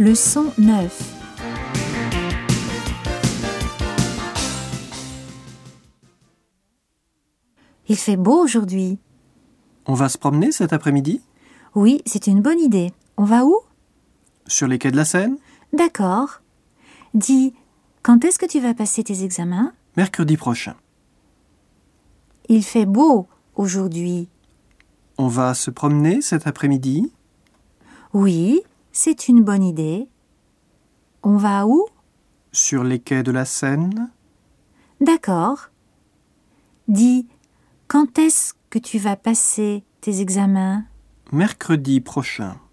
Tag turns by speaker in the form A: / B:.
A: Leçon 9. Il fait beau aujourd'hui.
B: On va se promener cet après-midi
A: Oui, c'est une bonne idée. On va où
B: Sur les quais de la Seine
A: D'accord. Dis, quand est-ce que tu vas passer tes examens
B: Mercredi prochain.
A: Il fait beau aujourd'hui.
B: On va se promener cet après-midi
A: Oui, c'est une bonne idée. On va où
B: Sur les quais de la Seine
A: D'accord. Dis, quand est-ce que tu vas passer tes examens
B: Mercredi prochain.